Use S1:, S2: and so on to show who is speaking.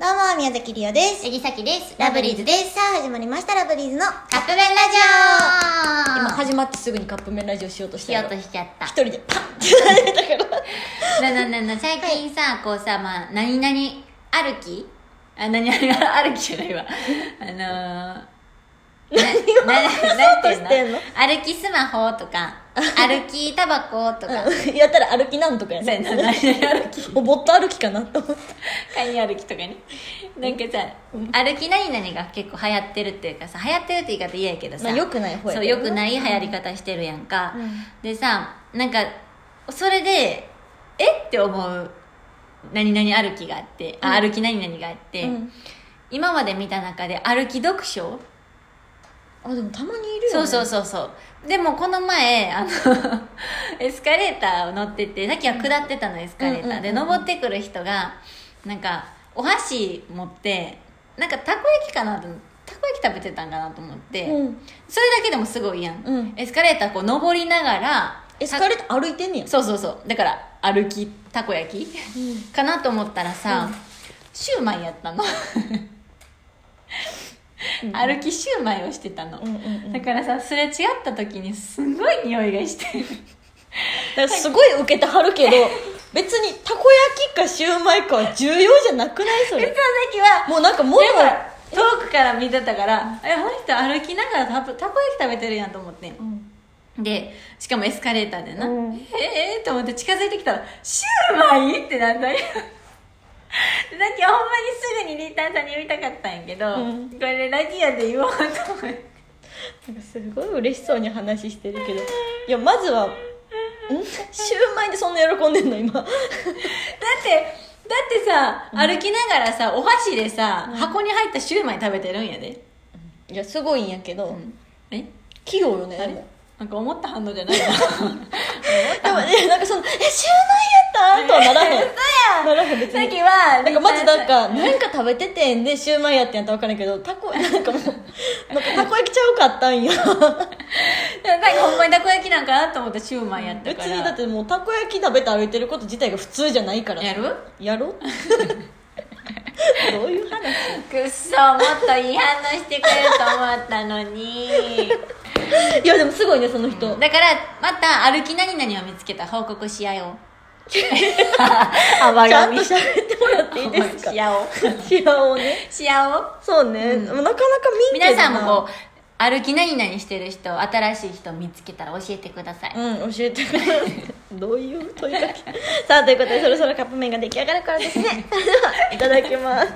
S1: どうも、宮崎りおです。
S2: えぎさきです
S1: す。さあ、始まりまました、ラブリーズの。
S2: カップ麺ラジオ
S1: 今始まってすぐにカップ麺ラジオしようとし
S2: した
S1: や
S2: よう
S1: ろ
S2: と
S1: 一
S2: しちゃった
S1: 人でパッってだから。
S2: なななな最近さ、こうさまあ何々歩きあ何々歩きじゃないわあ のー、何を
S1: としてんの
S2: 歩きスマホと か歩きタバコとか、
S1: うん やったら歩きなんとかや
S2: そうや
S1: ね。
S2: な何々歩き
S1: おぼっと歩きかなと思っ
S2: カニ歩きとかねなんかさ歩き何々が結構流行ってるっていうかさ流行ってるって言い方嫌やけどさ、
S1: まあ良くない方やけど
S2: そう
S1: な
S2: よくない流行り方してるやんか、
S1: うん
S2: でさなんかそれでえって思う何々歩きがあって、あ歩き何々があって、
S1: て。うん
S2: 今まで見た中で歩き読書
S1: あ、でもたまにいるよね。
S2: そうそうそうそうでもこの前あの エスカレーターを乗っててさっきは下ってたのエスカレータ
S1: う
S2: ー、
S1: んうんうん
S2: で登ってくる人がなんかお箸持ってなんかたこ焼きかなと思ってたこ焼き食べてたんかなと思って、
S1: うん
S2: それだけでもすごいやん、
S1: うん
S2: エスカレーターこう登りながら
S1: エスカレーター歩いてんねや。
S2: そうそうそうだから歩きたこ焼きかなと思ったらさ、シューマイやったの歩きシューマイをしてたの、
S1: うんうんうん。だ
S2: だからさすれ違った時にすごい匂いがして
S1: からすごい受けてはるけど、別にたこ焼きかシューマイかは重要じゃなくないそ
S2: その
S1: れ。
S2: 時は
S1: もうなんかも
S2: でも
S1: ろ
S2: 遠くから見てたから「えこの人歩きながらたたこ焼き食べてるやん」と思って
S1: うん
S2: でしかもエスカレーターでな「
S1: うん
S2: ええー」と思って近づいてきたら「シューマイ?」ってなんだよ だってほんまにすぐにリーターさんに言いたかったんやけど、
S1: うん
S2: これラジオで言おうと思って
S1: なんかすごい嬉しそうに話してるけどいやまず はんシューマイでそんな喜んでんの今
S2: だってだってさ、歩きながらさお箸でさ、箱に入ったシューマイ食べてるんやで、
S1: いやすごいんやけど、
S2: え
S1: 器用よねで
S2: あれ
S1: も
S2: なんか思った反応じ ゃないな
S1: でもねなんかその「えシューマイやったん?」とはならへんならへん別
S2: さっき
S1: に
S2: は
S1: なんかまずなん
S2: か
S1: かなんか食べててんでシューマイやってんやったら分からんけどたこ なんかもうなんかたこ焼きちゃうかった んや
S2: なんかほんまにたこ焼きなんかなと思ってシューマイやった
S1: 別
S2: から
S1: にだってもうたこ焼き食べて歩いてること自体が普通じゃないから
S2: やる
S1: やろ どういう話
S2: くっそもっといい反応してくれると思ったのに
S1: いやでもすごいねその人、
S2: だからまた歩き何々を見つけた報告し合おう
S1: ちゃん
S2: 甘
S1: と
S2: み
S1: 喋ってもらっていいですか
S2: し合おう
S1: 幸をね
S2: し合おう
S1: そうね、なかなか見んけ
S2: 皆
S1: どな
S2: さんもこう歩き何々してる人新しい人見つけたら教えてください、
S1: うん教えてくださいどう いう問いかけさあということでそろそろカップ麺が出来上がるからですねそれではいただきます